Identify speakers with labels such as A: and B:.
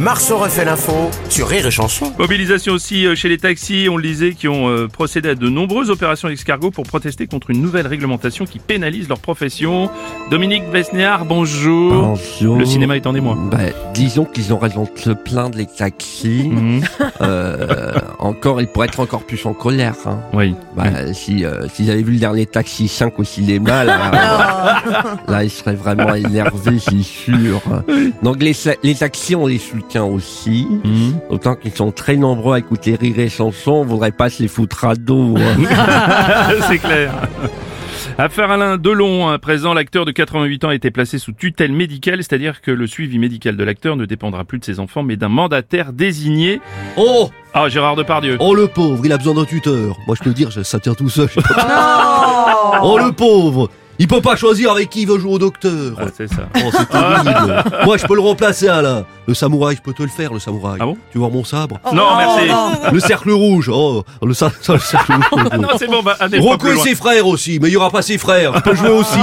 A: Marceau refait l'info sur Rire et Chanson.
B: Mobilisation aussi euh, chez les taxis, on le disait, qui ont euh, procédé à de nombreuses opérations d'escargot pour protester contre une nouvelle réglementation qui pénalise leur profession. Dominique Besnéard, bonjour.
C: Bonjour.
B: Le cinéma est en émoi.
C: Bah, disons qu'ils ont raison de se plaindre les taxis.
B: Mhm.
C: Euh, encore, ils pourraient être encore plus en colère. hein.
B: Oui.
C: Bah, si euh, s'ils avaient vu le dernier Taxi 5 au cinéma, là, euh, là, ils seraient vraiment énervés, c'est sûr. Donc les, sa- les taxis, on les soutient aussi.
B: Mhm.
C: Autant qu'ils sont très nombreux à écouter rire et chanson, on voudrait pas se les foutre à dos. hein.
B: C'est clair. Affaire Alain Delon, à présent, l'acteur de 88 ans a été placé sous tutelle médicale, c'est-à-dire que le suivi médical de l'acteur ne dépendra plus de ses enfants, mais d'un mandataire désigné.
D: Oh
B: Ah, Gérard Depardieu.
D: Oh le pauvre, il a besoin d'un tuteur. Moi je peux le dire, ça tient tout seul. oh le pauvre Il peut pas choisir avec qui il veut jouer au docteur.
B: Ah, c'est ça.
D: Oh, c'est
B: Ah.
D: terrible. Moi je peux le remplacer Alain. Le samouraï, je peux te le faire le samouraï.
B: Ah bon
D: tu vois mon sabre
B: non, merci.
D: Le cercle rouge. Oh, le, sa- ça, le cercle rouge.
B: Ah non, c'est bon, bah, un des pas
D: Rocco
B: plus
D: et
B: loin.
D: ses frères aussi, mais il y aura pas ses frères. Je peux jouer aussi.